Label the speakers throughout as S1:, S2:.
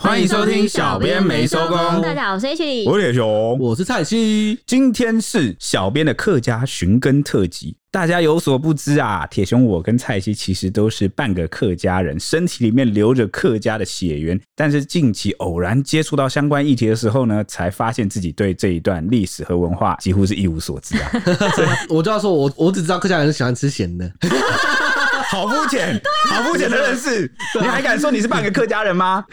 S1: 欢迎收听小编没收工
S2: 大家好，我是 H 李。
S1: 我是铁熊，
S3: 我是蔡西，
S1: 今天是小编的客家寻根特辑。大家有所不知啊，铁熊我跟蔡西其实都是半个客家人，身体里面流着客家的血缘。但是近期偶然接触到相关议题的时候呢，才发现自己对这一段历史和文化几乎是一无所 知啊，
S3: 我就要说我我只知道客家人喜欢吃咸的，
S1: 好肤浅，好肤浅的认识。你还敢说你是半个客家人吗？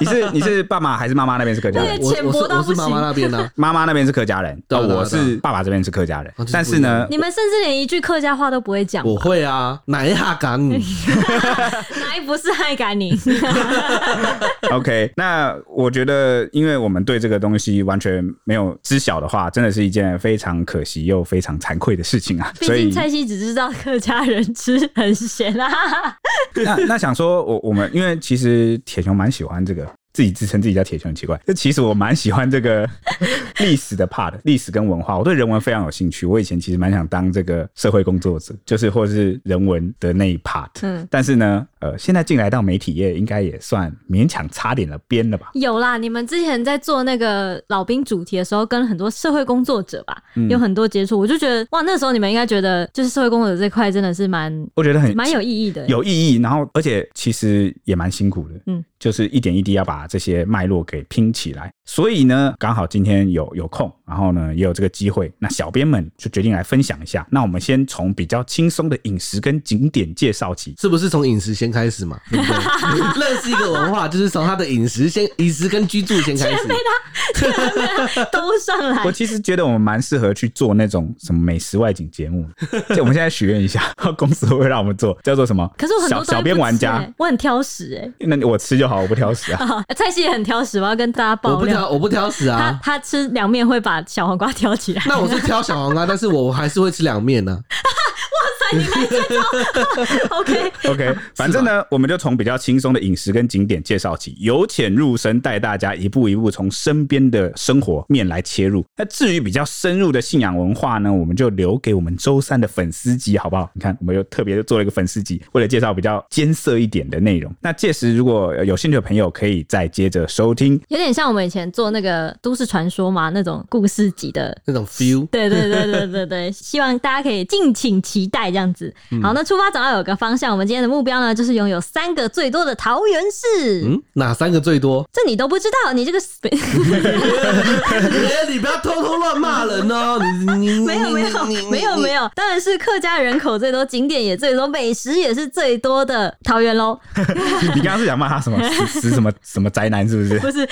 S1: 你是你是爸妈还是妈妈那边是客家人？
S3: 我
S2: 浅
S3: 我是
S2: 薄到
S3: 我
S2: 不
S3: 是
S2: 行
S3: 妈妈那边 啊的，
S1: 妈妈那边是客家人，
S3: 对啊
S1: 哦
S3: 对啊
S1: 我
S3: 对
S1: 是爸爸这边是客家人
S3: 哦这，是
S1: 但是呢
S2: 你，们甚至连一句客家话都不会讲，
S3: 我会啊，奶哈港，
S2: 嗯哪一不是爱 感你？
S1: OK，那我觉得，因为我们对这个东西完全没有知晓的话，真的是一件非常可惜又非常惭愧的事情啊。
S2: 毕
S1: 所
S2: 竟
S1: 以，
S2: 蔡西只知道客家人吃很 咸啊。
S1: 那那想说我我们，因为其实铁熊蛮喜欢这个。自己自称自己叫铁熊很奇怪，就其实我蛮喜欢这个历史的 part，历史跟文化，我对人文非常有兴趣。我以前其实蛮想当这个社会工作者，就是或是人文的那一 part。
S2: 嗯，
S1: 但是呢，呃，现在进来到媒体业，应该也算勉强擦点了边了吧？
S2: 有啦，你们之前在做那个老兵主题的时候，跟很多社会工作者吧，
S1: 嗯
S2: 有很多接触，我就觉得哇，那时候你们应该觉得就是社会工作者这块真的是蛮
S1: 我觉得很
S2: 蛮有意义的。欸
S1: 有意义，然后而且其实也蛮辛苦的，
S2: 嗯
S1: 嗯，就是一点一滴要把这些脉络给拼起来。所以呢，刚好今天有有空，然后呢也有这个机会，那小编们就决定来分享一下。那我们先从比较轻松的饮食跟景点介绍起。
S3: 是不是从饮食先开始嘛？对不对？ 认识一个文化就是从他的饮食先，饮食跟居住先开始。
S2: 都上来
S1: 我，其实觉得我们蛮适合去做那种什么美食外景节目的，就我们现在许愿一下， 公司会让我们做叫做什么？
S2: 可是我很
S1: 小
S2: 多东西
S1: 小编
S2: 不吃
S1: 玩家
S2: 欸，我 很挑食哎、
S1: 那我吃就好，我不挑食啊。
S2: 啊蔡西也很挑食，我要跟大家
S3: 我
S2: 爆
S3: 不
S2: 料。
S3: 挑，我不挑食
S2: 他
S3: 啊。
S2: 他吃凉面会把小黄瓜挑起来，
S3: 那我是挑小黄瓜，啊但是我还是会吃凉面啊呢。
S2: OK，
S1: OK，反正呢，我们就从比较轻松的饮食跟景点介绍起，由浅入深，带大家一步一步从身边的生活面来切入。那至于比较深入的信仰文化呢，我们就留给我们周三的粉丝集，好不好？你看，我们又特别做了一个粉丝集，为了介绍比较艰涩一点的内容。那届时如果有兴趣的朋友，可以再接着收听。
S2: 有点像我们以前做那个都市传说嘛，那种故事集的。
S3: 那种 feel，
S2: 对对对对对 对，希望大家可以敬请期待这样子。好，那出发总要有个方向。我们今天的目标呢，就是拥有三个最多的桃园市。
S3: 嗯，哪三个最多？
S2: 这你都不知道，你这个
S3: 哎你不要偷偷乱骂人哦！你你
S2: 没有没有没有没有，当然是客家人口最多，景点也最多，美食也是最多的桃园喽。
S1: 你刚刚是想骂他什么死死什么什么宅男是不是
S2: 不是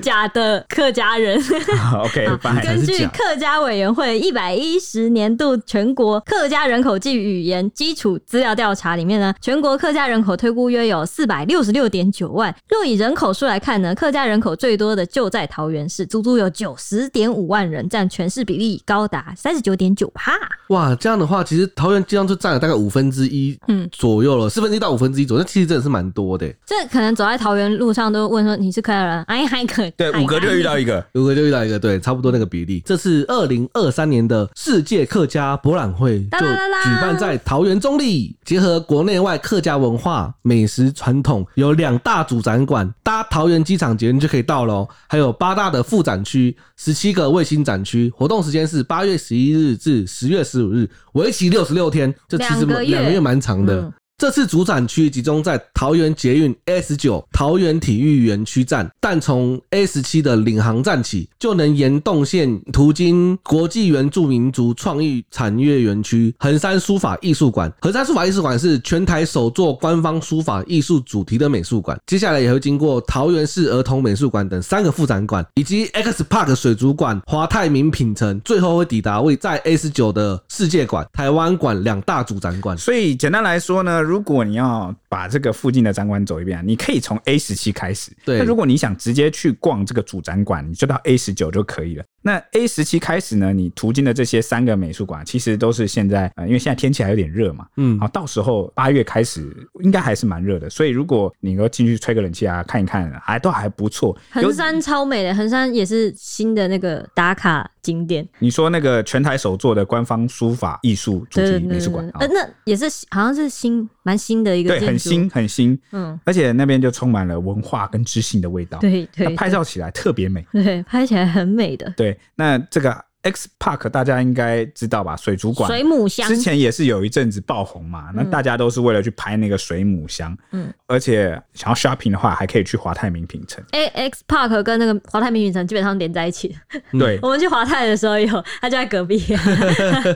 S2: 假的客家人。
S1: 好？OK，拜。
S2: 啊根
S3: 是
S2: 据
S3: 假的
S2: 客家委员会一百一十年度全国客家人口及语言基础资料调查里面呢，全国客家人口推估约有四百六十六点九万。若以人口数来看呢，客家人口最多的就在桃园市，足足有九十点五万人，占全市比例高达三十九点九帕。
S3: 哇，这样的话，其实桃园基本上就占了大概五分之一
S2: 嗯
S3: 左右了，四分之一到五分之一左右，那其实真的是蛮多的。
S2: 这可能走在桃园路上都问说你是客家人，哎嗨客，
S1: 对，五个就遇到一个。
S3: 如果就遇到一个对，差不多那个比例。这是二零二三年的世界客家博览会，就
S2: 哒啦啦啦
S3: 举办在桃园中立，结合国内外客家文化、美食传统，有两大主展馆，搭桃园机场捷运就可以到喽。还有八大的副展区，十七个卫星展区，活动时间是八月十一日至十月十五日，为期六十六天。这其实
S2: 两个
S3: 蛮
S2: 月
S3: 两个月蛮长的。
S2: 嗯
S3: 这次主展区集中在桃园捷运 S 九桃园体育园区站，但从 S 七的领航站起，就能沿动线途经国际原住民族创意产业园区、横山书法艺术馆。横山书法艺术馆是全台首座官方书法艺术主题的美术馆，接下来也会经过桃园市儿童美术馆等三个副展馆，以及 X Park 水族馆、华泰名品城，最后会抵达位在 S 九的世界馆、台湾馆两大主展馆。
S1: 所以简单来说呢，如果你要把这个附近的展馆走一遍啊，你可以从 A 十七开始。
S3: 对
S1: 那如果你想直接去逛这个主展馆，你就到 A 十九就可以了。那 A 十七开始呢，你途经的这些三个美术馆，其实都是现在呃，因为现在天气还有点热嘛，
S3: 嗯
S1: 好，到时候八月开始应该还是蛮热的，所以如果你能够进去吹个冷气啊，看一看，还都还不错。有
S2: 横山超美的，横山也是新的那个打卡景点。
S1: 你说那个全台首座的官方书法艺术主
S2: 对
S1: 题
S2: 对对
S1: 美术馆
S2: 对，呃
S1: 啊
S2: 呃，那也是好像是新蛮新的一个
S1: 对，
S2: 建筑，
S1: 很新，很新，
S2: 嗯，
S1: 而且那边就充满了文化跟知性的味道，
S2: 对
S1: 它
S2: 对
S1: 哦拍照起来特别美。
S2: 对，拍起来很美的
S1: 对，那这个 X Park 大家应该知道吧？水族馆
S2: 水母箱，
S1: 之前也是有一阵子爆红嘛，那
S2: 嗯
S1: 大家都是为了去拍那个水母箱，
S2: 嗯
S1: 而且想要 shopping 的话，还可以去华泰名品城。
S2: A X Park 跟那个华泰名品城基本上连在一起。
S3: 嗯
S1: 对
S2: 我们去华泰的时候有，它就在隔 壁。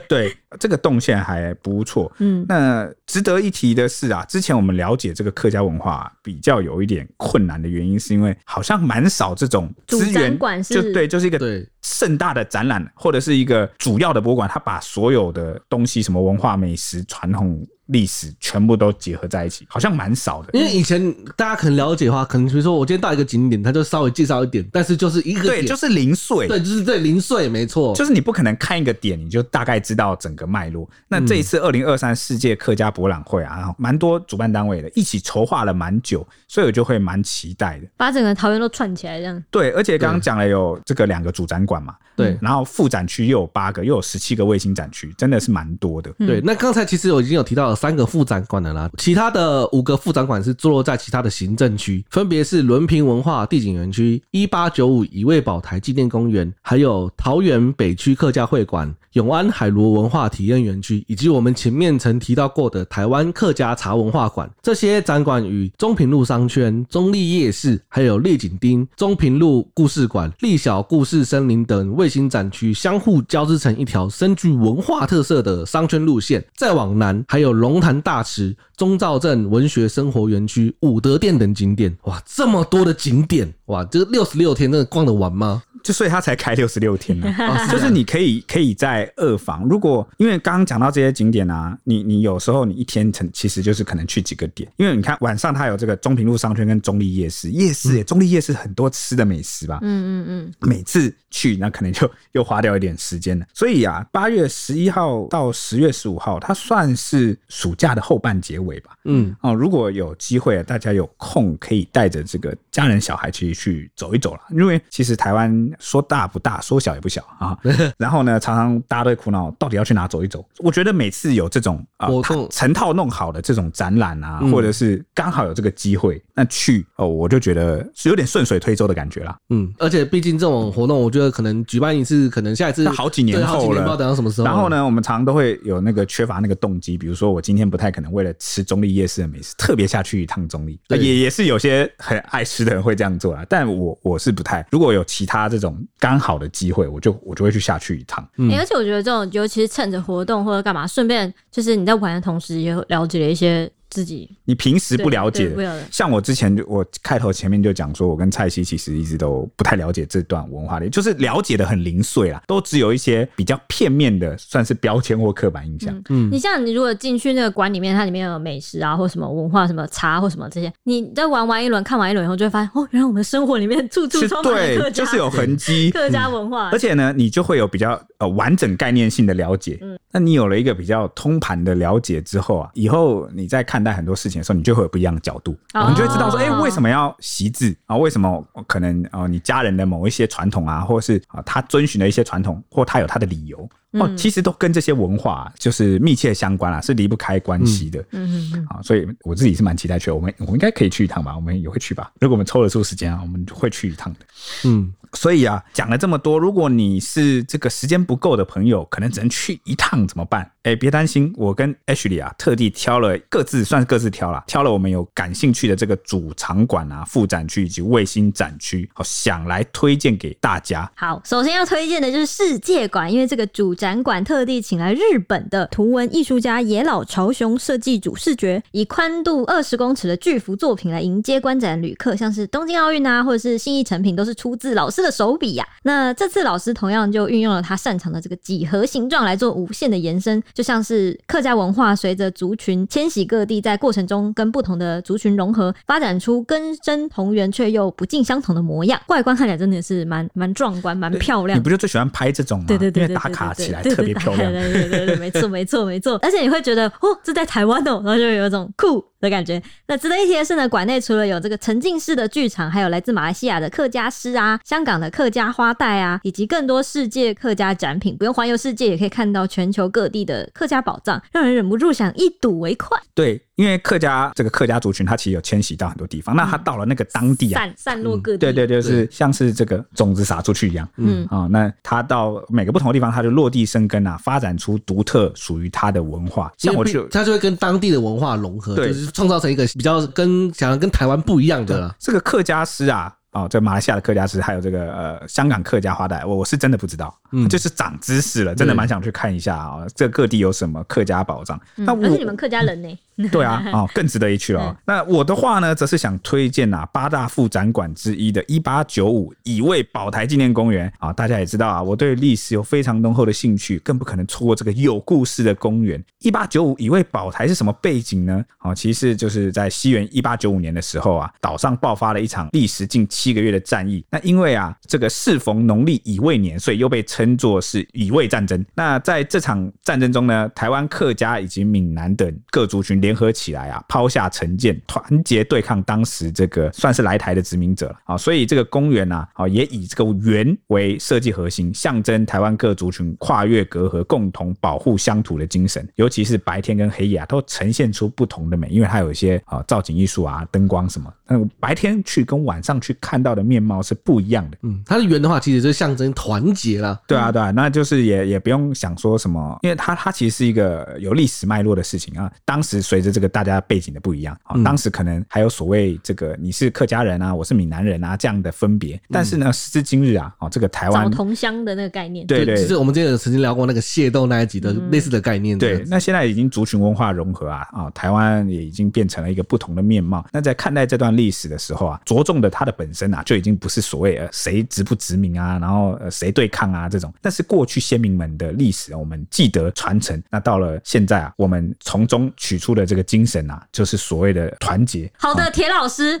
S1: 对，这个动线还不错。
S2: 嗯，
S1: 那值得一提的是啊，之前我们了解这个客家文化、比较有一点困难的原因，是因为好像蛮少这种资
S2: 主
S1: 源
S2: 展，馆是
S1: 就对，就是一个
S3: 对，
S1: 盛大的展览或者是一个主要的博物馆，它把所有的东西，什么文化、美食、传统、历史，全部都结合在一起，好像蛮少的。
S3: 因为以前大家可能了解的话，可能比如说我今天到一个景点，他就稍微介绍一点，但是就是一个
S1: 对，
S3: 点
S1: 就是零碎，
S3: 对，就是对零碎，没错，
S1: 就是你不可能看一个点你就大概知道整个脉络。那这一
S3: 嗯
S1: 次二零二三世界客家博览会啊，蛮多主办单位的一起筹划了蛮久，所以我就会蛮期待的。
S2: 把整个桃园都串起来，这样
S1: 对，而且刚刚讲了有这个两个主展馆嘛，
S3: 对。
S1: 然后副展区又有八个，又有十七个卫星展区，真的是蛮多的。
S2: 嗯
S3: 对，那刚才其实我已经有提到了三个副展馆的啦，其他的五个副展馆是坐落在其他的行政区，分别是伦平文化地景园区、一八九五乙未宝台纪念公园，还有桃园北区客家会馆、永安海螺文化体验园区，以及我们前面曾提到过的台湾客家茶文化馆。这些展馆与中平路商圈、中立夜市、还有丽景町、中平路故事馆、丽小故事森林等卫星展区相互交织成一条深具文化特色的商圈路线。再往南，还有龙潭大池、中兆镇文学生活园区、武德殿等景点。哇，这么多的景点，哇，这六十六天真的逛得完吗？
S1: 就所以它才开六十六天呢、
S3: 哦是啊
S1: 就是你可以可以在二房，如果因为刚刚讲到这些景点啊，你你有时候你一天成其实就是可能去几个点，因为你看晚上它有这个中平路商圈跟中立夜市，夜市耶、中立夜市很多吃的美食吧，
S2: 嗯嗯嗯，
S1: 每次去那可能就又花掉一点时间了。所以啊，八月十一号到十月十五号，它算是暑假的后半结尾吧。
S3: 嗯，
S1: 哦，如果有机会，大家有空可以带着这个家人、小孩其实去走一走啦。因为其实台湾说大不大，说小也不小 啊。然后呢，常常大家都会苦恼，到底要去哪走一走？我觉得每次有这种啊、
S3: 活动
S1: 它成套弄好的这种展览啊，
S3: 嗯
S1: 或者是刚好有这个机会，那去哦，我就觉得是有点顺水推舟的感觉啦。
S3: 嗯，而且毕竟这种活动，我觉得可能举办一次，可能下一次
S1: 那好几年
S3: 对好几
S1: 后
S3: 年
S1: 了
S3: 不知道等到什么时候。
S1: 然后？呢，我们常常都会有那个缺乏那个动机，比如说我今天不太可能为了吃中立夜市的美食，特别下去一趟中立，呃
S3: 对
S1: 也也是有些很爱吃的人会这样做啦。但我我是不太，如果有其他这种刚好的机会，我就我就会去下去一趟。
S3: 嗯
S2: 欸而且我觉得这种，尤其是趁着活动或者干嘛，顺便就是你在玩的同时，也了解了一些自己
S1: 你平时不了解
S2: 对对不了解，
S1: 像我之前就我开头前面就讲说，我跟蔡西其实一直都不太了解这段文化的，就是了解的很零碎啦，都只有一些比较片面的，算是标签或刻板印象。
S3: 嗯
S2: 你像你如果进去那个馆里面，它里面有美食啊，或什么文化、什么茶或什么这些，你在玩完一轮、看完一轮以后，就会发现哦，原来我们生活里面 处处
S1: 是
S2: 充满了客
S1: 对，就
S2: 家，
S1: 是有痕迹，
S2: 客家文化。
S1: 而且呢，你就会有比较呃完整概念性的了解。
S2: 嗯
S1: 那你有了一个比较通盘的了解之后啊，以后你在看待很多事情的时候，你就会有不一样的角度，
S2: 哦
S1: 你就会知道说，哎、为什么要习字啊？为什么可能呃你家人的某一些传统啊，或者是啊、他遵循的一些传统，或他有他的理由
S2: 嗯
S1: 哦，其实都跟这些文化、啊就是密切相关啦、啊是离不开关系的。
S2: 嗯，嗯嗯
S1: 啊，所以我自己是蛮期待去的，我们我们应该可以去一趟吧，我们也会去吧。如果我们抽得出时间啊，我们会去一趟的。
S3: 嗯，
S1: 所以啊，讲了这么多，如果你是这个时间不够的朋友，可能只能去一趟，怎么办？哎，别担心，我跟 H 里啊，特地挑了各自算是各自挑了，挑了我们有感兴趣的这个主场馆啊、副展区以及卫星展区，好想来推荐给大家。
S2: 好，首先要推荐的就是世界馆，因为这个主展馆特地请来日本的图文艺术家野老朝雄设计主视觉，以宽度二十公尺的巨幅作品来迎接观展旅客，像是东京奥运啊，或者是信义成品，都是出自老师的手笔呀、那这次老师同样就运用了他擅长的这个几何形状来做无限的延伸，就像是客家文化随着族群迁徙各地，在过程中跟不同的族群融合，发展出根深同源却又不尽相同的模样。外观看起来真的是蛮蛮壮观、蛮漂亮
S1: 你不就最喜欢拍这种吗？
S2: 对对对，
S1: 啊因
S2: 对
S1: 为打
S2: 对
S1: 卡
S2: 对
S1: 起来
S2: 对
S1: 特
S2: 对
S1: 别
S2: 打
S1: 漂
S2: 卡
S1: 亮。
S2: 对对对对，没错没错没 错。而且你会觉得哦，这在台湾哦，然后就有一种酷的感觉。那值得一提的是呢，馆内除了有这个沉浸式的剧场，还有来自马来西亚的客家诗啊、香港的客家花带啊，以及更多世界客家展品，不用环游世界也可以看到全球各地的客家宝藏，让人忍不住想一睹为快。
S1: 对，因为客家这个客家族群，它其实有迁徙到很多地方，那它到了那个当地啊，
S2: 散散落各地，
S1: 对对，对，就是像是这个种子撒出去一样。
S2: 嗯，
S1: 啊、那它到每个不同的地方，它就落地生根啊，发展出独特属于它的文化。像我就
S3: 它就会跟当地的文化融合，
S1: 对
S3: 就是创造成一个比较跟想要跟台湾不一样的啦。
S1: 这个客家诗啊，哦，这马来西亚的客家诗，还有这个呃香港客家花带，我我是真的不知道，
S3: 嗯
S1: 就是长知识了，真的蛮想去看一下啊、这各地有什么客家宝藏？
S2: 嗯
S1: 那我
S2: 而且你们客家人呢？
S1: 对啊，哦，更值得一去了哦、
S2: 嗯
S1: 那我的话呢，则是想推荐啊八大副展馆之一的1895乙未宝台纪念公园啊、大家也知道啊，我对历史有非常浓厚的兴趣，更不可能错过这个有故事的公园。1895乙未宝台是什么背景呢？啊、其实就是在西元1895年的时候啊，岛上爆发了一场历时近七个月的战役。那因为啊，这个适逢农历乙未年，所以又被称作是乙未战争。那在这场战争中呢，台湾客家以及闽南等各族群联合起来啊，抛下成见，团结对抗当时这个算是来台的殖民者了啊。所以这个公园啊，啊也以这个园为设计核心，象征台湾各族群跨越隔阂，共同保护乡土的精神。尤其是白天跟黑夜啊，都呈现出不同的美，因为它有一些啊造景艺术啊、灯光什么，那白天去跟晚上去看到的面貌是不一样的。
S3: 嗯，它的圆的话，其实就象征团结啦。
S1: 对啊，对啊，那就是也也不用想说什么，因为它它其实是一个有历史脉络的事情啊。当时随着这个大家背景的不一样啊，
S3: 嗯
S1: 当时可能还有所谓这个你是客家人啊，我是闽南人啊这样的分别。但是呢，时至今日啊，哦，这个台
S2: 找
S1: 湾
S2: 同乡的那个概念，
S1: 对
S3: 就其实我们之前有曾经聊过那个械斗那一集的
S2: 嗯
S3: 类似的概念。
S1: 对，，那现在已经族群文化融合啊，啊，台湾也已经变成了一个不同的面貌。那在看待这段历史的时候啊，着重的它的本身啊，就已经不是所谓呃谁殖不殖民啊，然后呃谁对抗啊这种。但是过去先民们的历史啊，我们记得传承。那到了现在啊，我们从中取出的这个精神啊，就是所谓的团结，
S2: 好的，铁老师，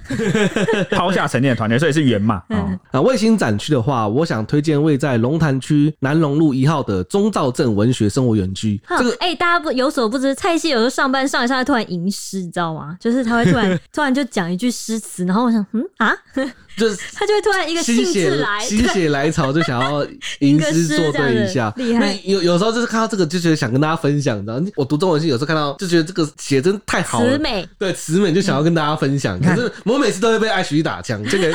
S1: 抛下成见的团结，所以是圆嘛。啊、
S2: 嗯
S3: 啊，卫星展区的话，我想推荐位在龙潭区南龙路一号的宗兆镇文学生活园区。这个
S2: 哎、大家不有所不知，蔡希有时候上班上一上来突然吟诗，你知道吗？就是他会突 然突然就讲一句诗词，然后我想，嗯啊，
S3: 就是
S2: 他就会突然一个兴
S3: 心
S2: 致
S3: 血
S2: 来，
S3: 心血来潮就 想要吟诗作对一下，
S2: 一个诗这样的厉害
S3: 那有有时候就是看到这个就觉得想跟大家分享，然后我读中文系有时候看到就觉得这个写真太好
S2: 词
S3: 了。
S2: 美，
S3: 对，词美就想要跟大家分享，可是我每次都会被爱徐打枪。这个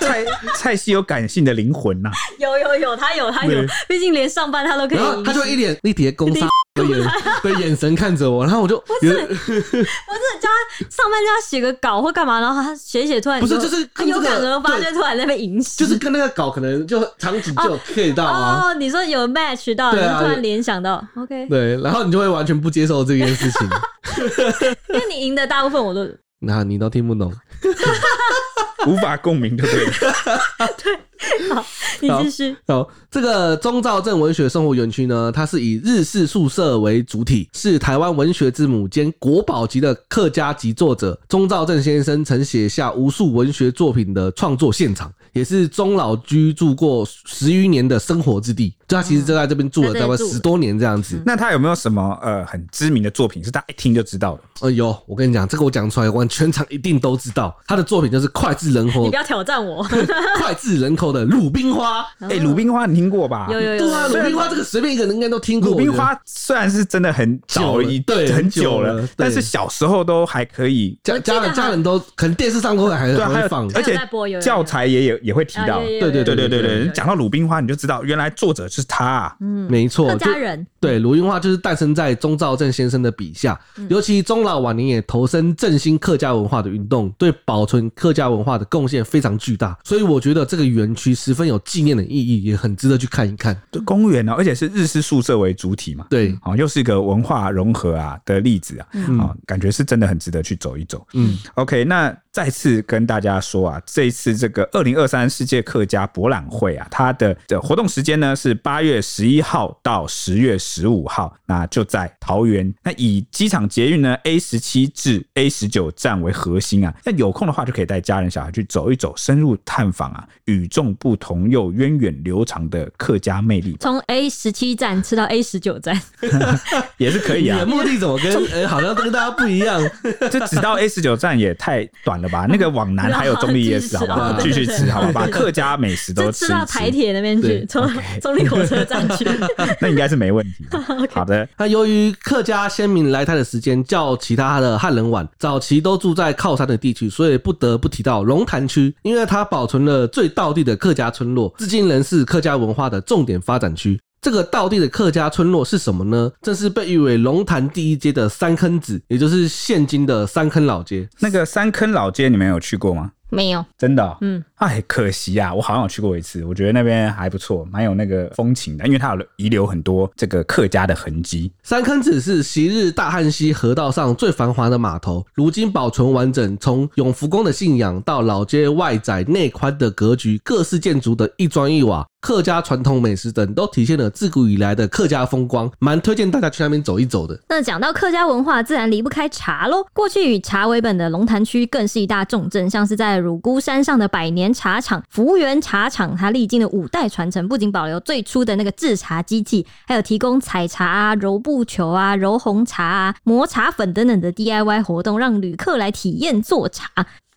S1: 蔡蔡系有感性的灵魂呐、
S2: 有有有，他有他有
S1: 对，
S2: 毕竟连上班他都可以
S3: 然
S2: 吟
S3: 后
S2: 诗，
S3: 他就一脸一叠公杀的眼的眼神看着我，然后我就有
S2: 不是叫他上班叫他写个稿或干嘛，然后他写一写突然
S3: 不是
S2: 就
S3: 就是
S2: 他
S3: 跟这
S2: 有
S3: 个
S2: 感而发，
S3: 对
S2: 就突然在那边吟诗，
S3: 就是跟那个稿可能就场景就有 K 到啊，
S2: 哦，你说有 match 到，你
S3: 对啊
S2: 就突然联想 到，OK，
S3: 对，然后你就会完全不接受这件事情，
S2: 因为你赢的大部分我都
S3: 那你都听不懂。
S1: 无法共鸣，对不对 了？
S2: 好，你继续，
S3: 哦，这个宗兆镇文学生活园区呢，它是以日式宿舍为主体，是台湾文学之母兼国宝级的客家籍作者宗兆镇先生曾写下无数文学作品的创作现场，也是终老居住过十余年的生活之地。就他其实就在这边住了
S2: 嗯在
S3: 大
S2: 这
S3: 概
S2: 里住
S3: 十多年这样子
S2: 嗯。
S1: 那他有没有什么呃很知名的作品是大家一听就知道的？
S3: 呃，有我跟你讲，这个我讲出来，完全场一定都知道。他的作品就是脍炙人
S2: 你
S3: 口
S2: 不，要挑战我，
S3: 脍炙人口的鲁冰花。
S1: 哎、鲁冰花你听过吧？
S2: 有有有
S3: 对啊，
S2: 有，
S3: 鲁冰花这个随便一个人应该都听过。
S1: 鲁冰
S3: 我觉得
S1: 花虽然是真的很早一
S3: 久了对
S1: 很久
S3: 很久了
S1: 了
S3: 对，
S1: 但是小时候都还可以，
S3: 家
S2: 我记得
S3: 家人
S2: 好
S3: 家人都可能电视上都会还
S1: 对啊，还
S3: 还会
S1: 有
S3: 放，
S1: 而
S2: 有
S1: 且
S2: 在播有有有
S1: 教材也有也会提到
S2: 啊，有有有
S3: 对对
S1: 对对对嗯
S3: 有有
S1: 对，讲到鲁冰花你就知道，原来作者是他啊，
S2: 嗯，
S3: 没错，
S2: 客
S3: 就
S2: 家人，
S3: 对卢云化就是诞生在宗兆正先生的笔下，尤其中老晚年也投身振兴客家文化的运动，对保存客家文化的贡献非常巨大，所以我觉得这个园区十分有纪念的意义，也很值得去看一看。
S1: 对公园呢，而且是日式宿舍为主体嘛，
S3: 对，
S1: 哦，又是一个文化融合啊的例子啊，
S2: 嗯
S1: 啊，感觉是真的很值得去走一走。
S3: 嗯，
S1: OK，那再次跟大家说啊，这一次这个二零二三世界客家博览会啊，它的的活动时间呢是八月十一号到十月十五号，那就在桃园。那以机场捷运呢 A 十七至 A 十九站为核心啊，那有空的话就可以带家人小孩去走一走，深入探访啊与众不同又源远流长的客家魅力，
S2: 从 A 十七站吃到 A 十九站，
S1: 也是可以
S3: 你
S1: 啊
S3: 哎 的。目的怎么跟呃好像跟大家不一样？
S1: 这只到 A 十九站也太短了了 吧？那个往南还有中立夜市，好不好？
S3: 继
S1: 继
S2: 续
S1: 续
S2: 吃哦
S1: 吃，好不好？
S2: 对对对
S1: 把客家美食都
S2: 就
S1: 吃
S2: 吃
S1: 一
S2: 到台铁那边去，
S3: 对
S2: 从中立火车站去。
S1: 那应该是没问题的。好的，
S3: 那由于客家先民来泰的时间较其他的汉人晚，早期都住在靠山的地区，所以不得不提到龙潭区，因为它保存了最道地的客家村落，至今仍是客家文化的重点发展区。这个道地的客家村落是什么呢？正是被誉为龙潭第一街的三坑子，也就是现今的三坑老街。
S1: 那个三坑老街，你们有去过吗？
S2: 没有，
S1: 真的、哦，
S2: 嗯，
S1: 哎，可惜啊，我好像有去过一次，我觉得那边还不错，蛮有那个风情的，因为它有遗留很多这个客家的痕迹。
S3: 三坑子是昔日大汉溪河道上最繁华的码头，如今保存完整，从永福宫的信仰到老街外窄内宽的格局，各式建筑的一砖一瓦、客家传统美食等，都体现了自古以来的客家风光，蛮推荐大家去那边走一走的。
S2: 那讲到客家文化，自然离不开茶喽。过去以茶为本的龙潭区更是一大重镇，像是在乳姑山上的百年茶厂、福源茶厂，它历经了五代传承，不仅保留最初的那个制茶机器，还有提供采茶啊、揉布球啊、揉红茶啊、磨茶粉等等的 DIY 活动，让旅客来体验做茶。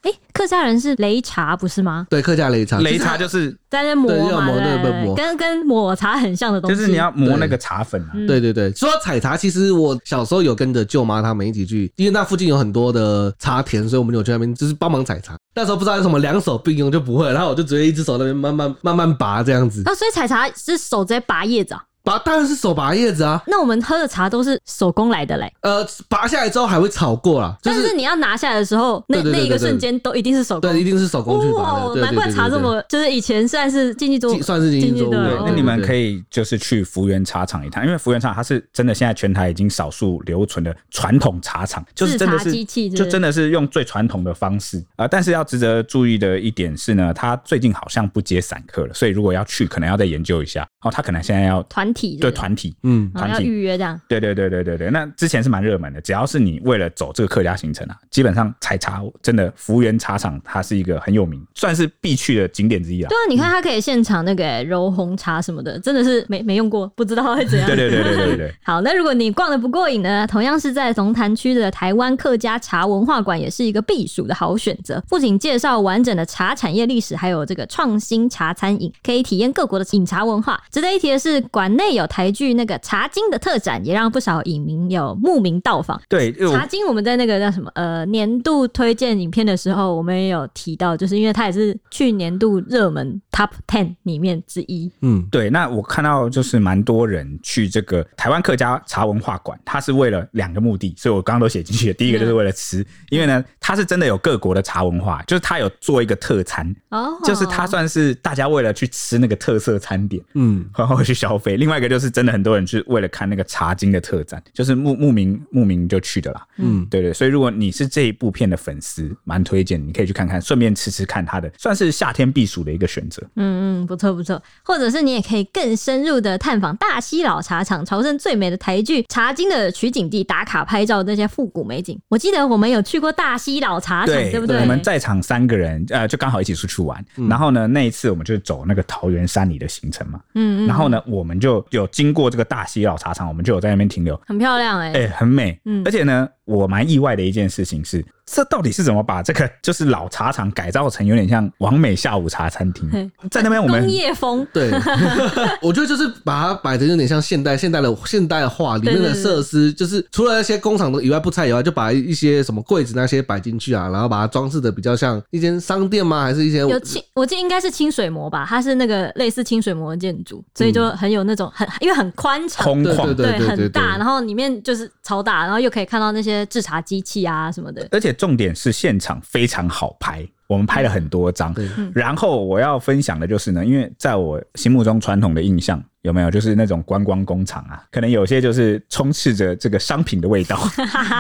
S2: 诶，客家人是擂茶不是吗？
S3: 对，客家
S2: 啊
S3: 擂茶，
S1: 擂茶就是
S2: 在那磨
S3: 对要
S2: 嘛，
S3: 磨
S2: 对
S3: 那个
S2: 对对
S3: 磨
S2: 跟跟抹茶很像的东
S1: 就
S2: 西，
S1: 是你要磨那个茶粉啊。
S2: 嗯
S3: 对对对，说到采茶，其实我小时候有跟着舅妈他们一起去，因为那附近有很多的茶田，所以我们有去那边就是帮忙采茶。那时候不知道是什么两手并用就不会，然后我就直接一只手那边慢慢慢慢拔这样子，
S2: 啊，所以采茶是手直接拔叶子啊。
S3: 拔当然是手拔叶子啊，
S2: 那我们喝的茶都是手工来的嘞，
S3: 呃，拔下来之后还会炒过啦，就
S2: 但是
S3: 是
S2: 你要拿下来的时候，那
S3: 对对对
S2: 那一
S3: 对
S2: 个
S3: 对
S2: 瞬间都一定是手工
S3: 对，。一定是手工去拔的，对
S2: 难怪茶这。
S3: 对对对对
S2: 么，就是以前算是竞技桌
S3: 算是经济作
S2: 经
S3: 物
S2: 济
S1: 对
S2: 的，
S1: 那你们可
S3: 以
S1: 以就是去福源茶厂一趟，因为福源茶它是真的现在全台已经少数留存的传统茶厂，就是真的
S2: 制茶
S1: 是
S2: 机器是不是
S1: 就真的是用最传统的方式啊、呃但是要值得注意的一点是呢，它最近好像不接散客了，所以如果要去，可能要再研究一下。哦，它可能现在要
S2: 团体
S1: 对
S2: 的，
S1: 团体，
S3: 嗯，
S2: 然后
S1: 团
S2: 要
S1: 体
S2: 预约这样。
S1: 对对对对对对，那之前是蛮热门的。只要是你为了走这个客家行程啊，基本上采茶真的福源茶厂，它是一个很有名，算是必去的景点之一啊
S2: 对。啊，你看它可以现场那个欸揉红茶什么的，真的是没没用过，不知道会怎样。
S1: 对对对对对对对。
S2: 好，那如果你逛的不过瘾呢，同样是在龙潭区的台湾客家茶文化馆，也是一个避暑的好选择。不仅介绍完整的茶产业历史，还有这个创新茶餐饮，可以体验各国的饮茶文化。值得一提的是，馆内有台剧那个《茶经》的特展，也让不少影迷有慕名到访。
S1: 对，因为
S2: 茶
S1: 我
S2: 经，我们在那个叫什么呃年度推荐影片的时候，我们也有提到，就是因为它也是去年度热门 Top Ten 里面之一。
S3: 嗯，
S1: 对，那我看到就是蛮多人去这个台湾客家茶文化馆，它是为了两个目的，所以我刚刚都写进去了。第一个就是为了吃，因为呢，它是真的有各国的茶文化，就是它有做一个特餐，
S2: 哦
S1: 就是它算是大家为了去吃那个特色餐点，
S3: 嗯，
S1: 然后去消费。另外一个就是真的很多人去为了看那个茶经的特展，就是慕慕名慕名就去的啦。
S3: 嗯，
S1: 对对，所以如果你是这一部片的粉丝，蛮推荐你可以去看看，顺便吃吃看它的，算是夏天避暑的一个选择。
S2: 嗯嗯，不错不错。或者是你也可以更深入的探访大溪老茶厂，朝圣最美的台剧《茶经》的取景地，打卡拍照那些复古美景。我记得我们有去过大溪老茶厂，对不对？
S1: 我们在场三个人，呃，就刚好一起出去玩。
S3: 嗯
S1: 然后呢，那一次我们就走那个桃园山里的行程嘛。
S2: 嗯嗯，
S1: 然后呢，我们就有经过这个大溪老茶厂，我们就有在那边停留。
S2: 很漂亮哎、
S1: 哎、很美。
S2: 嗯
S1: 而且呢，我蛮意外的一件事情是，这到底是怎么把这个就是老茶厂改造成有点像完美下午茶餐厅
S2: 嘿？
S1: 在那边我们
S2: 工业风。
S3: 对，我觉得就是把它摆的有点像现代现代的现代化，里面
S2: 对
S3: 的
S2: 对对
S3: 设施就是除了那些工厂的以外不菜以外，就把一些什么柜子那些摆进去啊，然后把它装饰的比较像一间商店吗？还是一些
S2: 有清，我记得应该是清水模吧，它是那个类似清水模的建筑，所以就很有那种很，因为很宽
S1: 嗯
S2: 敞，
S1: 空
S3: 对
S1: 旷。
S3: 对对对对
S2: 很大，
S3: 对
S2: 然后里面就是超大，然后又可以看到那些制茶机器啊什么的。
S1: 而且重点是现场非常好拍，我们拍了很多张。
S3: 对
S1: 然后我要分享的就是呢，因为在我心目中传统的印象有没有就是那种观光工厂啊，可能有些就是充斥着这个商品的味 道，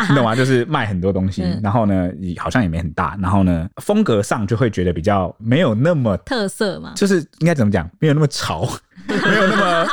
S1: 你懂吗？就是卖很多东西
S2: 嗯，
S1: 然后呢也好像也没很大，然后呢风格上就会觉得比较没有那么。
S2: 特色嘛，
S1: 就是应该怎么讲，没有那么 潮，没有那么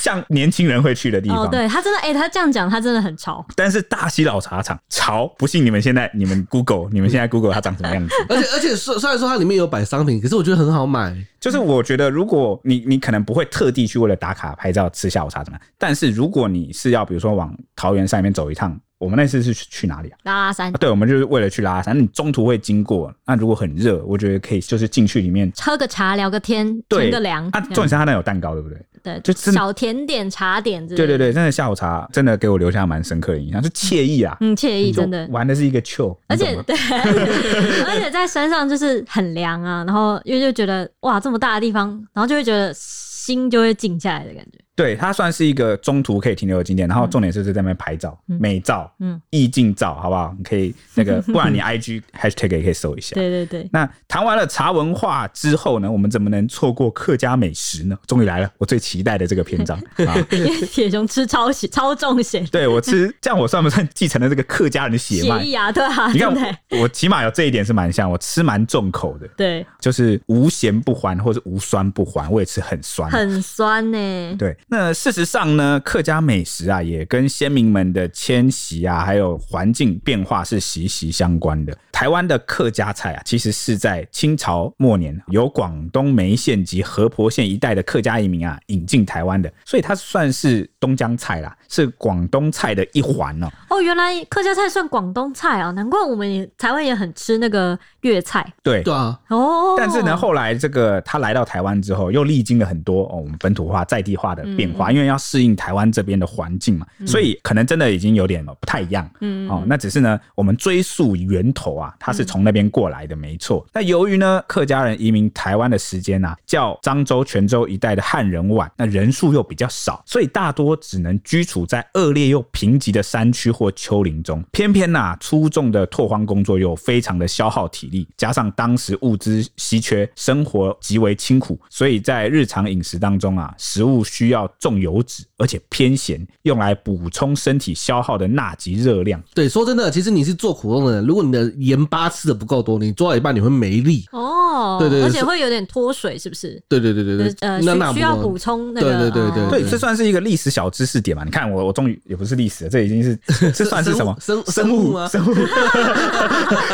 S1: 像年轻人会去的地方。
S2: 哦，对他真的，哎、他这样讲，他真的很潮。
S1: 但是大溪老茶厂潮，不信你们现在你们 Google，你们现在 Google 它长什么样子？
S3: 而且而且虽虽然说它里面有摆商品，可是我觉得很好买。
S1: 就是我觉得，如果你你可能不会特地去为了打卡拍照吃下午茶怎么样，但是如果你是要比如说往桃园山里面走一趟，我们那次是去去哪里啊？
S2: 拉拉山
S1: 啊对，我们就是为了去拉拉山，你中途会经过，那如果很热，我觉得可以就是进去里面。
S2: 喝个茶聊个天，
S1: 对
S2: 乘个凉，
S1: 啊，重点是它那有蛋糕，对不对？
S2: 这样
S1: 就
S2: 对
S1: 真的
S2: 小甜点、茶点之类
S1: 对
S2: 的，
S1: 对对，真的下午茶真的给我留下蛮深刻的印象，就惬意啊，
S2: 嗯，惬意，真的
S1: 就。玩的是一个 chill，
S2: 而
S1: 你
S2: 且
S1: 懂吗
S2: 对， 而且在山上就是很凉啊，然后因为就觉得哇这么大的地方，然后就会觉得心就会静下来的感觉。
S1: 对它算是一个中途可以停留的景点，然后重点是在那边拍照、
S2: 嗯
S1: 美照、
S2: 嗯，
S1: 意境照，好不好？你可以那 个，不然你 IG hashtag 也可以搜一下。
S2: 对对 对，
S1: 那谈完了茶文化之后呢，我们怎么能错过客家美食呢？终于来了，我最期待的这个篇 章啊！
S2: 因为铁熊吃超血超重血
S1: 对我吃，这样我算不算继承了这个客家人的血
S2: 血
S1: 脉？
S2: 液啊，对啊，
S1: 你看
S2: 真的
S1: 我，我起码有这一点是蛮像，我吃蛮重口的，
S2: 对，
S1: 就是无咸不欢，或是无酸不欢，我也吃很酸。
S2: 很酸呢、
S1: 对，那事实上呢，客家美食啊，也跟先民们的迁徙啊，还有环境变化是息息相关的。台湾的客家菜啊，其实是在清朝末年由广东梅县及河婆县一带的客家移民啊引进台湾的，所以它算是东江菜啦，是广东菜的一环哦。
S2: 哦，原来客家菜算广东菜啊，难怪我们也台湾也很吃那个粤菜
S1: 对，
S3: 对啊，
S2: 哦。
S1: 但是呢，后来这个他来到台湾之后，又历经了很多哦，我们本土化、在地化的变
S2: 嗯
S1: 化，因为要适应台湾这边的环境嘛，所以可能真的已经有点呃不太一样。
S2: 嗯
S1: 哦，那只是呢，我们追溯源头啊，他是从那边过来的，没错。那由于呢，客家人移民台湾的时间啊，较漳州、泉州一带的汉人晚，那人数又比较少，所以大多只能居处在恶劣又贫瘠的山区或丘陵中。偏偏呐、粗重的拓荒工作又非常的消耗体力，加上当时物资稀缺，生活极为清苦，所以在日常饮食当中啊，食物需要重油脂，而且偏咸，用来补充身体消耗的钠及热量。
S3: 对，说真的，其实你是做苦工的人，如果你的盐巴吃的不够多，你做到一半你会没力。
S2: 哦，
S3: 对对对
S2: 而且会有点脱水，是不是？
S3: 对对对对
S2: 就是
S3: 对，
S2: 呃，
S3: 那那
S2: 需需要
S3: 不够
S2: 补充那个，
S3: 对对对
S2: 哦
S1: 对，这算是一个历史小知识点嘛？你看我，我终于也不是历史了，这已经是这算是什么？
S3: 生物 生
S1: 生
S3: 生物
S1: 物
S3: 吗
S1: 生物，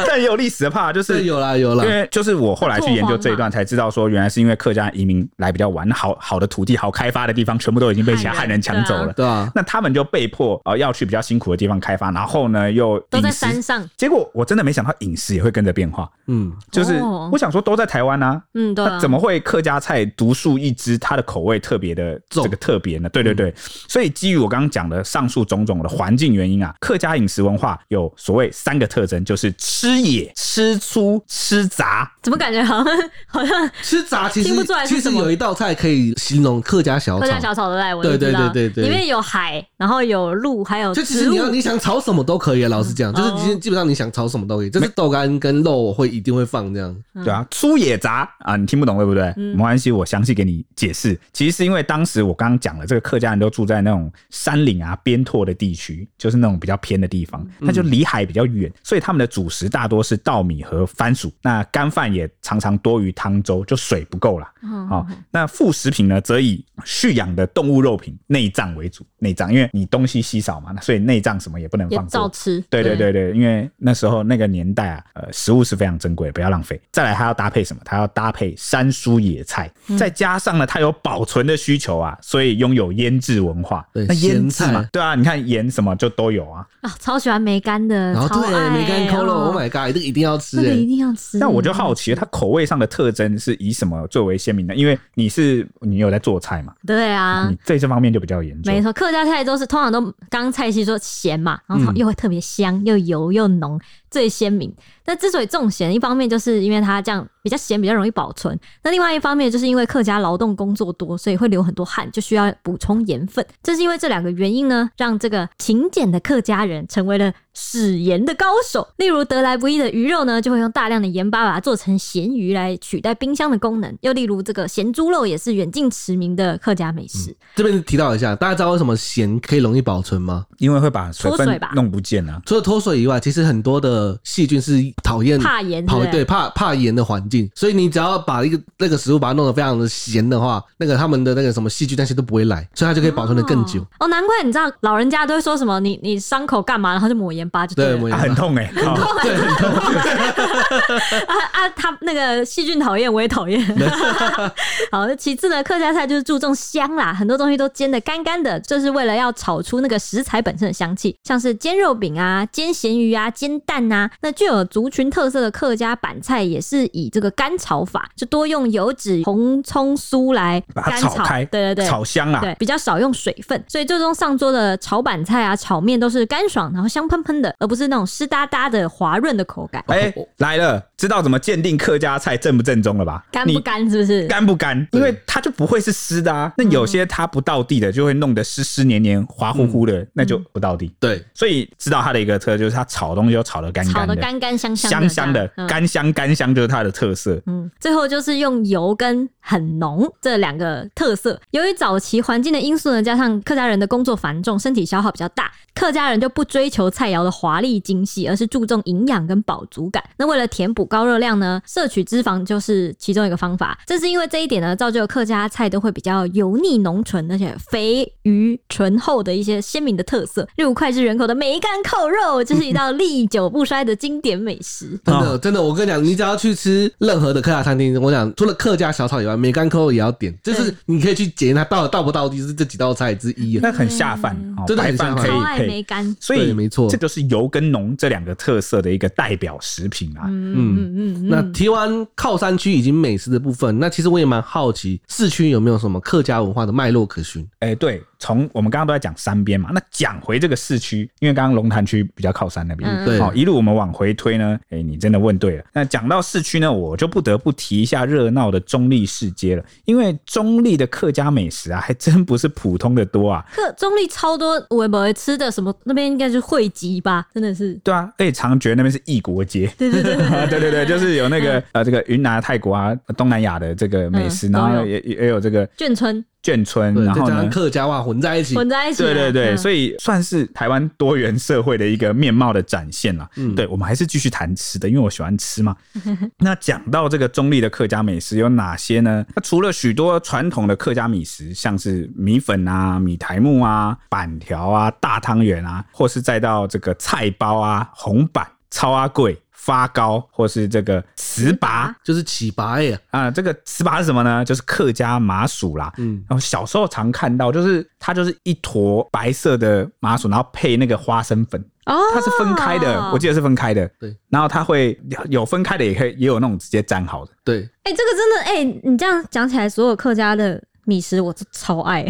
S1: 但也有历史的怕，就
S3: 对，
S1: 是。
S3: 有啦有啦
S1: 因，为就是我后来去研究这一段，才知道说，原来是因为客家移民来比较晚，那好好的土地、好开发的地方，全部都已经被其他汉人抢走了。
S3: 对啊，
S1: 那他们就被迫呃要去比较辛苦的地方开发，然后呢又
S2: 都在
S1: 饮食
S2: 山。上，
S1: 结果我真的没想到饮食也会跟着变化，
S3: 嗯，
S1: 就是
S2: 哦
S1: 我想说都在台湾啊，
S2: 嗯，对、
S1: 那
S2: 啊，
S1: 怎么会客家菜独树一帜，它的口味特别的这
S3: 重
S1: 个特别呢？对对对，所以基于我刚刚讲的上述种种的环境原因啊，客家饮食文化有所谓三个特征，就是吃野、吃粗、吃杂。
S2: 怎么感觉好像好像
S3: 吃杂其实
S2: 听不出来是
S3: 其
S2: 什
S3: 实
S2: 么
S3: 有一道菜可以形容客家小
S2: 客家
S3: 炒，
S2: 小炒的来，我
S3: 对
S2: 就
S3: 对
S2: 知道，
S3: 对对对
S2: 里面有海，然后有鹿，还有
S3: 就其实
S2: 植
S3: 你
S2: 物
S3: 要，你想炒什么都可以啊，老实讲，就是
S2: 哦
S3: 基本基本上你想炒什么都可以，就是豆干跟肉我会一定会放这样。
S2: 嗯
S1: 对啊，粗野杂啊，你听不懂对不对？
S2: 嗯
S1: 没关系，我详细给你解释。其实是因为当时我刚刚讲了，这个客家人都住在那种山岭啊、边拓的地区，就是那种比较偏的地方，
S2: 嗯
S1: 那就离海比较远，所以他们的主食大多是稻米和番薯，那干饭也常常多于汤粥，就水不够啦。
S2: 嗯
S1: 好、那副食品呢，则以蓄养的动物肉品内脏为主，内脏，因为你东西稀少嘛，那所以内脏什么也不能
S2: 也
S1: 放
S2: 照
S1: 过。
S2: 吃，
S1: 对对对对，因为那时候那个年代啊，呃，食物是非常珍贵，不要浪费。再来，它要搭配什么？它要搭配山蔬野菜，
S2: 嗯
S1: 再加上呢，它有保存的需求啊，所以拥有腌制文化。
S3: 对
S1: 那腌制
S3: 咸菜
S1: 嘛，对啊，你看盐什么就都有啊。
S2: 啊，超喜欢梅干的，
S3: 然后
S2: 超
S3: 哦对
S2: 爱
S3: 梅干扣肉
S2: 哦
S3: ，Oh my god，这个一定要吃
S2: 那个一
S3: 哎，
S2: 定要吃。
S1: 那我就好奇了，它口味上的特征是以什么最为鲜明的？因为你是你有在做菜嘛，
S2: 对啊
S1: 你。对这方面就比较研究。
S2: 没错，客家菜都是通常都刚刚蔡西说咸嘛，然
S3: 嗯
S2: 后又会特别香，又油又浓，最鲜明。那之所以重咸，一方面就是因为它这样比较咸，比较容易保存；那另外一方面就是因为客家劳动工作多，所以会流很多汗，就需要补充盐分。正是因为这两个原因呢，让这个勤俭的客家人成为了使盐的高手。例如得来不易的鱼肉呢，就会用大量的盐巴把它做成咸鱼来取代冰箱的功能。又例如这个咸猪肉也是远近驰名的客家美食。
S3: 这边提到一下，大家知道为什么咸可以容易保存吗？
S1: 因为会把水
S2: 脱
S1: 分
S2: 水吧
S1: 弄不见啊。
S3: 除了脱水以外，其实很多的的细菌是讨厌
S2: 怕盐之
S3: 嗯跑
S2: 类的
S3: 对怕怕盐的环境，所以你只要把一个那个食物把它弄得非常的咸的话，那个他们的那个什么细菌那些都不会来，所以它就可以保存的更久
S2: 哦。。哦，难怪你知道老人家都会说什么，你你伤口干嘛，然后就抹盐巴就
S3: 对，
S2: 了
S3: 我们
S1: 啊很痛哎、好
S3: 对，很痛
S2: 啊啊，他那个细菌讨厌，我也讨 厌。好，那其次呢，客家菜就是注重香啦，很多东西都煎的干干的，这是为了要炒出那个食材本身的香气，像是煎肉饼啊、煎咸鱼啊、煎蛋啊。那具有族群特色的客家板菜也是以这个干炒法，就多用油脂、红葱酥来
S1: 把它
S2: 干
S1: 炒开，
S2: 对对对，
S1: 炒香啊，
S2: 对，比较少用水分，所以最终上桌的炒板菜啊、炒面都是干爽，然后香喷喷的，而不是那种湿哒哒的滑润的口感。
S1: 哎、来了，知道怎么鉴定客家菜正不正宗了吧？
S2: 干不
S1: 你
S2: 干是不是？
S1: 干不干？因为它就不会是湿的啊。那有些它不到地的，就会弄得湿湿黏黏、滑乎乎
S3: 嗯
S1: 的，那就不到地。
S3: 对，
S1: 所以知道它的一个特色就是它炒东西都炒得干
S2: 炒
S1: 干
S2: 的
S1: 的、
S2: 干干香
S1: 香
S2: 香
S1: 香的，
S2: 这样嗯
S1: 干香干香就是它的特色。
S2: 嗯，最后就是用油跟很浓这两个特色。由于早期环境的因素呢，加上客家人的工作繁重，身体消耗比较大，客家人就不追求菜肴的华丽精细，而是注重营养跟饱足感。那为了填补高热量呢，摄取脂肪就是其中一个方法。正是因为这一点呢，造就客家菜都会比较油腻浓醇，而且肥鱼醇厚的一些鲜明的特色。例如脍炙人口的梅干扣肉，这、是一道历久不衰的经典美食。
S3: 真的真的，我跟你讲，你只要去吃任何的客家餐厅，我讲除了客家小炒以外，梅干扣肉也要点，就是
S2: 对嗯
S3: 你可以去检验它到底到不到底是这几道菜之一啊。
S1: 那很下饭，哦
S3: 真的
S1: 白
S3: 很
S1: 饭
S3: 下
S1: 可
S3: 饭
S1: 以
S2: 超 爱
S1: 配
S2: 梅。干。
S1: 所以
S3: 对没错
S1: 这就是油跟浓这两个特色的一个代表食品啊。
S2: 嗯嗯嗯
S3: 那提完靠山区以及美食的部分，那其实我也蛮好奇，市区有没有什么客家文化的脉络可循？
S1: 哎、对，从我们刚刚都在讲山边嘛，那讲回这个市区，因为刚刚龙潭区比较靠山那边，
S2: 嗯
S3: 对
S1: 好、一路我们往回推呢，哎、你真的问对了。那讲到市区呢，我就不得不提一下热闹的中立市街了，因为中立的客家美食啊，还真不是普通的多啊。
S2: 客中立超多我们吃的什么，那边应该是汇集吧，真的是。
S1: 对啊，而且常觉得那边是异国街，
S2: 对对对 对
S1: 对对对，就是有那个呃，这个云南、泰国啊、东南亚的这个美食，
S2: 嗯
S1: 然
S2: 都
S1: 后
S2: 有
S1: 也也也有这个
S2: 眷村
S1: 眷村，嗯
S3: 对，
S1: 然
S3: 再
S1: 后
S3: 加上
S1: 呢，
S3: 客家话混在一起，
S2: 混在一起 啊、
S1: 对对对，
S2: 嗯
S1: 所以算是台湾多元社会的一个面貌的展现啦。对我们还是继续谈吃的，因为我喜欢吃 嘛。那讲到这个中立的客家美食有哪些呢？那除了许多传统的客家米食，像是米粉啊、米苔木啊、板条啊、大汤圆啊，或是再到这个菜包啊、红板、超阿贵、发糕，或是这个糍粑。
S3: 就是起拔耶，
S1: 啊、这个糍粑是什么呢？就是客家麻薯啦。
S3: 嗯，
S1: 然后小时候常看到，就是它就是一坨白色的麻薯，然后配那个花生粉，
S2: 哦，
S1: 它是分开的，我记得是分开的。
S3: 对，
S1: 然后它会有分开的，也可以也有那种直接粘好的。
S3: 对，
S2: 哎、这个真的哎、你这样讲起来，所有客家的米食我都超 爱，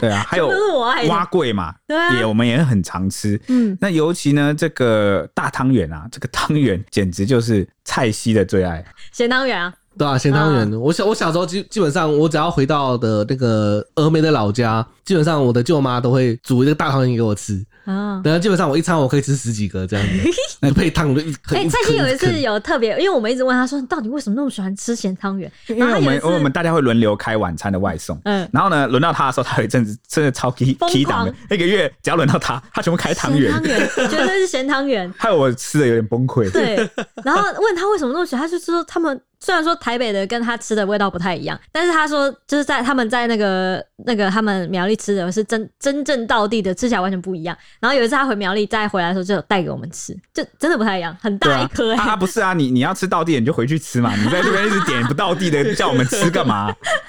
S1: 对 啊，还有
S2: 这都是我爱的
S1: 蛙桂嘛，
S2: 对啊
S1: 也我们也很常吃。
S2: 嗯，
S1: 那尤其呢，这个大汤圆啊，这个汤圆简直就是菜西的最爱。
S2: 咸汤圆啊，
S3: 对啊，咸汤圆。我小我小时候基基本上，我只要回到的那个峨眉的老家，基本上我的舅妈都会煮一个大汤圆给我吃。
S2: 啊。
S3: 然后基本上我一餐我可以吃十几个这 样子，那配汤我就一
S2: 哎、
S3: 啃。一
S2: 蔡
S3: 啃
S2: 欣有一次
S3: 啃
S2: 有特别，因为我们一直问他说，你到底为什么那么喜欢吃咸汤圆？
S1: 因为我
S2: 然后有
S1: 们
S2: 一次
S1: 我们大家会轮流开晚餐的外送，
S2: 嗯，
S1: 然后呢，轮到他的时候，他有一阵子真的超 key
S2: 疯狂
S1: key 档的，那个月只要轮到他，他全部开汤圆
S2: 咸，汤圆绝对是咸 汤圆。
S1: 害我吃的有点崩溃。
S2: 对，然后问他为什么那么喜欢，他就说他们虽然说台北的跟他吃的味道不太一样，但是他说就是在他们在那个那个他们苗栗吃的是真真正到地的，吃起来完全不一样。然后有一次他回苗栗再回来的时候，就有带给我们吃，就真的不太一样，很
S1: 对
S2: 大一颗
S1: 啊
S2: 哎、
S1: 啊不是啊，你你要吃到地的你就回去吃嘛，你在这边一直点不到地的叫我们吃干嘛？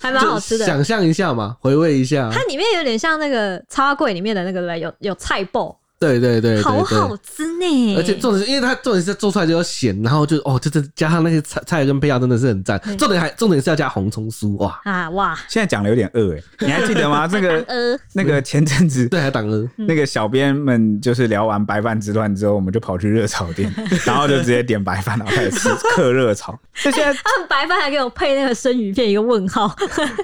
S2: 还蛮好吃
S3: 就
S2: 的。
S3: 想象一下嘛，回味一下。
S2: 它里面有点像那个超阿贵里面的那个嘞，有有菜爆，
S3: 对对对对
S2: 好
S3: 对。
S2: 好吃欸呢。
S3: 而且重点是，因为它重点是做出来就要咸，然后就哦，这这加上那些菜菜跟配料真的是很赞。重点还重点是要加红葱酥哇，
S2: 啊哇，
S1: 现在讲的有点饿哎、你还记得吗？那个
S2: 呃，
S1: 那个前阵子。
S3: 对，还党鹅，
S1: 那个小编们就是聊完白饭之乱之后，我们就跑去热炒店，然后就直接点白饭，然后开始吃客热炒。就现在
S2: 他们白饭还给我配那个生鱼片，一个问号。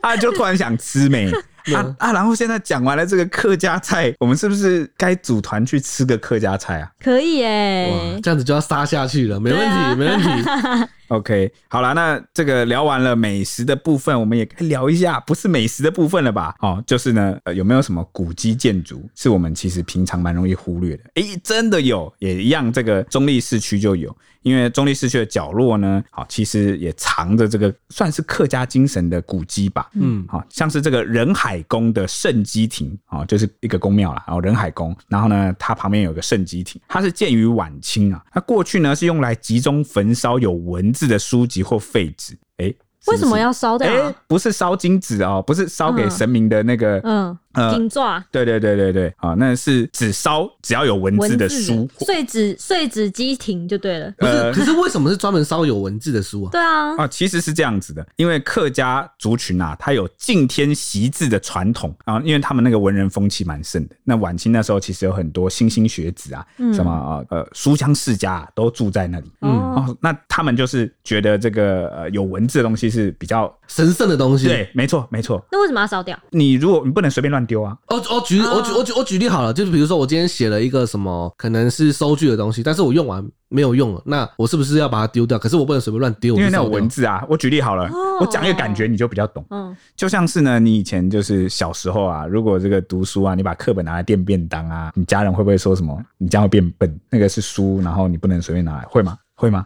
S1: 啊，就突然想吃没啊啊！然后现在讲完了这个客家菜，我们是不是该组团去吃个客家菜啊？
S2: 可以哎、
S3: 哇，这样子就要杀下去了，没问
S2: 对啊
S3: 题，没问题。
S1: OK，好了，那这个聊完了美食的部分，我们也该聊一下不是美食的部分了吧？哦，就是呢，呃、有没有什么古迹建筑是我们其实平常蛮容易忽略的？诶、真的有，也一样，这个中立市区就有，因为中立市区的角落呢，好、其实也藏着这个算是客家精神的古迹吧。
S3: 嗯，
S1: 好、像是这个仁海宫的圣基亭啊、哦，就是一个宫庙啦，然后仁海宫，然后呢，它旁边有个圣基亭，它是建于晚清啊，它过去呢是用来集中焚烧有文字的书籍或废纸，诶，是不是
S2: 为什么？要烧掉
S1: 哎、
S2: 啊？
S1: 不是烧金纸哦，不是烧给
S2: 嗯
S1: 神明的那个，
S2: 嗯，
S1: 呃
S2: 金抓
S1: 对对对对对，啊、那是只烧只要有文字
S2: 文
S1: 的
S2: 字
S1: 书，
S2: 碎纸碎纸机停就对了。
S3: 不是，
S1: 呃
S3: 可是为什么是专门烧有文字的书啊？
S2: 对啊，
S1: 啊，其实是这样子的，因为客家族群啊，它有敬天习字的传统啊，因为他们那个文人风气蛮盛的。那晚清那时候其实有很多新兴学子啊，
S2: 嗯
S1: 什么啊呃书香世家、啊、都住在那里。
S3: 嗯
S2: 哦，
S1: 哦，那他们就是觉得这个呃有文字的东西是比较
S3: 神圣的东西。，
S1: 对，没错没错。
S2: 那为什么要烧掉？
S1: 你如果你不能随便乱丢啊，
S3: 我我哦举
S2: 哦
S3: 我举我举我举例好了，就是比如说我今天写了一个什么，可能是收据的东西，但是我用完没有用了，那我是不是要把它丢掉？可是我不能随便乱丢，
S1: 因为
S3: 我就
S1: 那
S3: 烧
S1: 有
S3: 掉
S1: 文字啊。我举例好了，
S2: 哦
S1: 我讲一个感觉你就比较懂。
S2: 嗯，
S1: 就像是呢，你以前就是小时候啊，如果这个读书啊，你把课本拿来垫便当啊，你家人会不会说什么？你将会变笨，那个是书，然后你不能随便拿来，会吗？会吗？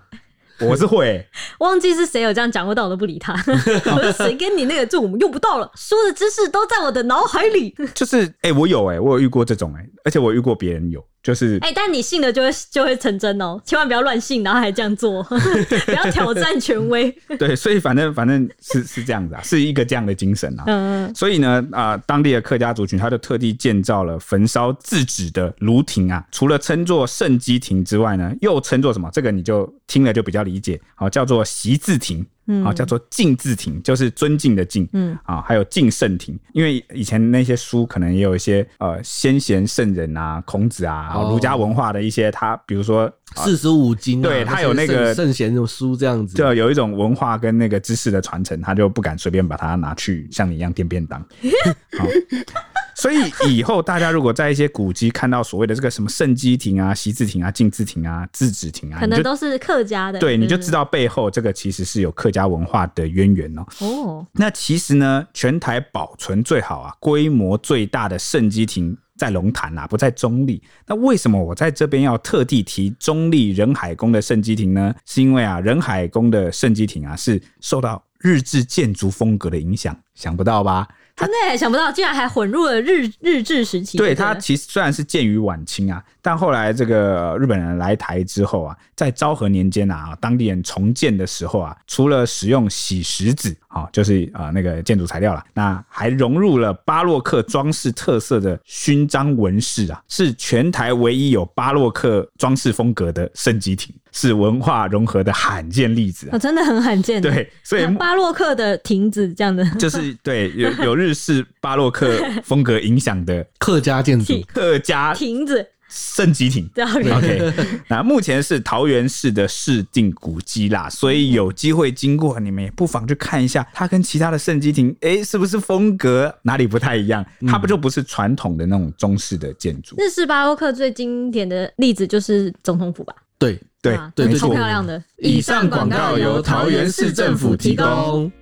S1: 我是会、
S2: 忘记是谁有这样讲过，但我都不 理他。我说谁跟你那个这我们用不到了，书的知识都在我的脑海 里。
S1: 就是哎、我有哎、我有遇过这种哎、而且我遇过别人有，就是
S2: 哎、但你信了就会就会成真哦，千万不要乱信，然后还这样做， 不要挑战权 威。
S1: 对，所以反正反正是是这样子啊，是一个这样的精神啊。
S2: 嗯，
S1: 所以呢，啊、当地的客家族群，他就特地建造了焚烧自纸的炉亭啊。除了称作圣基亭之外呢，又称作什么？这个你就听了就比较理解，好、叫做习字亭，好、叫做敬字亭，就是尊敬的敬，
S2: 嗯，
S1: 啊、还有敬圣亭，因为以前那些书可能也有一些呃先贤圣人啊，孔子啊，
S3: 哦
S1: 儒家文化的一些，他比如说
S3: 四十五经啊，
S1: 对它有那个
S3: 圣圣贤的书这样子。
S1: 就有一种文化跟那个知识的传承，他就不敢随便把它拿去像你一样垫便 当。好所以以后大家如果在一些古迹看到所谓的这个什么圣基亭啊、习字亭啊、敬字亭啊、自止亭啊，
S2: 可
S1: 你
S2: 能
S1: 就
S2: 都嗯是客家的，
S1: 对，你就知道背后这个其实是有客家文化的渊源哦。
S2: 哦。
S1: 那其实呢，全台保存最好啊、规模最大的圣基亭在龙潭啊，不在中立。那为什么我在这边要特地提中立仁海宫的圣基亭呢？是因为啊，仁海宫的圣基亭啊是受到日治建筑风格的影响，想不到吧？
S2: 真的耶想不到，竟然还混入了日日治时期。
S1: 对
S2: 不
S1: 它其实虽然是建于晚清啊，但后来这个呃日本人来台之后啊，在昭和年间啊，当地人重建的时候啊，除了使用洗石子啊、哦就是啊、呃那个建筑材料啦，那还融入了巴洛克装饰特色的勋章纹饰啊，是全台唯一有巴洛克装饰风格的圣基亭，是文化融合的罕见例子、啊
S2: 哦，。真的很罕见。，
S1: 对，所以
S2: 巴洛克的亭子这样的，
S1: 就是对有有日式巴洛克风格影响的
S3: 客家建筑
S2: 是
S1: 客家
S2: 亭子
S1: 圣基亭。
S2: 这样的。
S1: OK，那目前是桃园市的市定古迹啦，所以有机会经过，你们也不妨去看一下，它跟其他的圣基亭，诶，是不是风格哪里不太一样？它不就不是传统的那种中式的建筑？
S2: 日式巴洛克最经典的例子就是总统府吧，
S3: 对。
S1: 对
S2: 吧
S3: 对
S1: 没
S3: 对
S2: 超
S1: 错
S3: 对。
S2: 漂亮的。
S1: 以上广告由桃园市政府提供。